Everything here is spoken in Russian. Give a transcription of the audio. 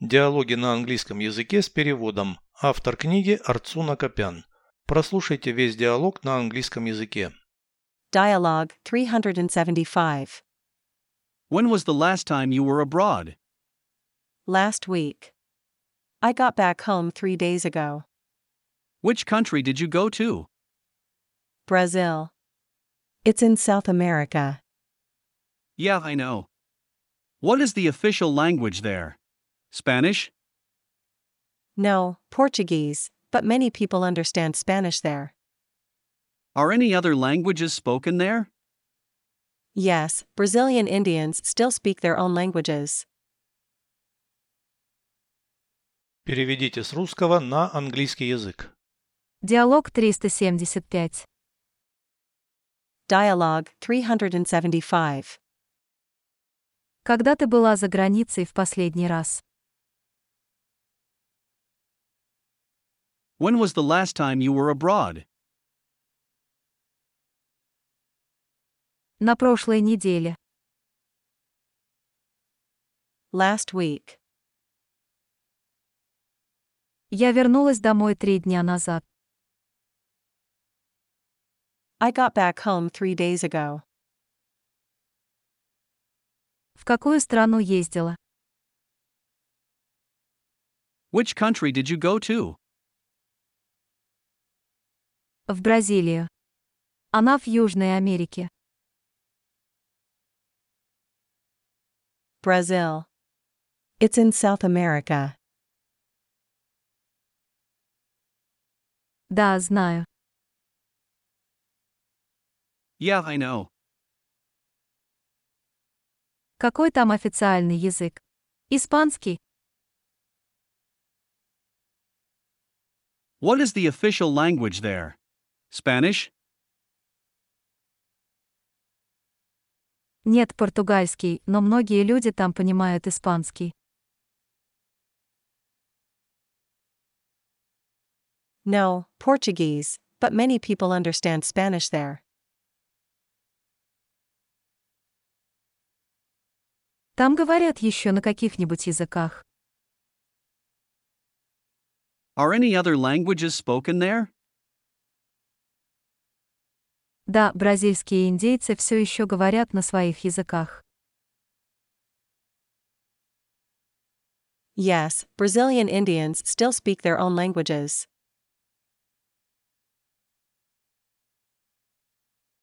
Диалоги на английском языке с переводом. Автор книги Арцуна Копян. Прослушайте весь диалог на английском языке. Dialogue 375. When was the last time you were abroad? Last week. I got back home three days ago. Which country did you go to? Brazil. It's in South America. Yeah, I know. What is the official language there? Spanish? No, Portuguese, but many people understand Spanish there. Are any other languages spoken there? Yes, Brazilian Indians still speak their own languages. Переведите с русского на английский язык. Диалог 375. Dialogue 375. Когда ты была за границей в последний раз? When was the last time you were abroad? На прошлой неделе. Last week. Я вернулась домой три дня назад. I got back home three days ago. В какую страну ездила? Which country did you go to? В Бразилию. Она в Южной Америке. Brazil. It's in South America. Да, знаю. Yeah, I know. Какой там официальный язык? Испанский. What is the official language there? Spanish? Нет, португальский, но многие люди там понимают испанский. No, Portuguese, but many people understand Spanish there. Там говорят еще на каких-нибудь языках. Are any other languages spoken there? Да, бразильские индейцы все еще говорят на своих языках. Yes, Brazilian Indians still speak their own languages.